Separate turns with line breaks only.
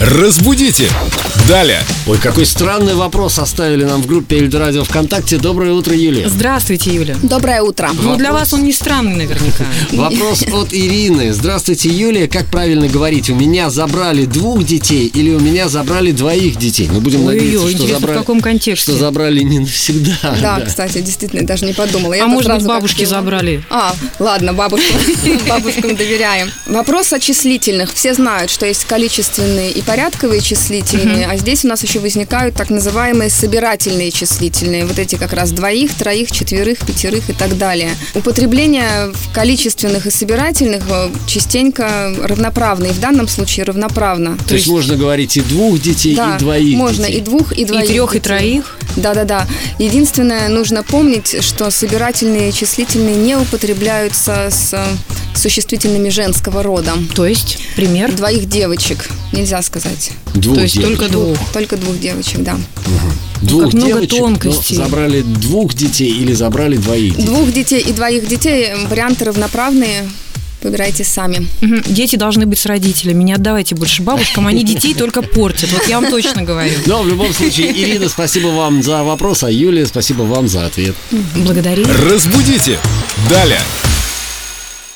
Разбудите! Далее!
Ой, какой странный вопрос оставили нам в группе Эльдорадио ВКонтакте. Доброе утро, Юлия.
Здравствуйте, Юля.
Доброе утро.
Ну, для вас он не странный наверняка.
Вопрос от Ирины. Здравствуйте, Юлия. Как правильно говорить? У меня забрали двух детей или у меня забрали двоих детей? Мы будем надеяться,
Ой-ой,
что
интересно, в
забрали,
каком контексте?
что забрали не навсегда.
Да, кстати, действительно, я даже не подумала.
А
Я это
может быть,
сразу так
бабушки
сделала.
забрали?
А, ладно, бабушкам, бабушкам доверяем. Вопрос о числительных. Все знают, что есть количественные и порядковые числительные, а здесь у нас еще возникают так называемые собирательные числительные. Вот эти как раз двоих, троих, четверых, пятерых и так далее. Употребление в количественных и собирательных э, частенько равноправно, и в данном случае равноправно.
То есть можно говорить и двух детей,
Да,
и двоих
можно
детей.
и двух, и
И
двоих.
трех, и
детей.
троих?
Да-да-да. Единственное, нужно помнить, что собирательные и числительные не употребляются с э, существительными женского рода.
То есть, пример?
Двоих девочек, нельзя сказать.
Двух
То есть
девочек.
только двух.
Только двух девочек, да.
Двух
Как много
девочек, но
тонкостей.
забрали двух детей или забрали двоих детей.
Двух детей и двоих детей э, варианты равноправные. Выбирайте сами.
Мгм. Дети должны быть с родителями. Не отдавайте больше бабушкам, они детей только портят. Вот я вам точно говорю.
Но в любом случае, Ирина, спасибо вам за вопрос, а Юлия, спасибо вам за ответ.
Благодарю.
Разбудите! Далее!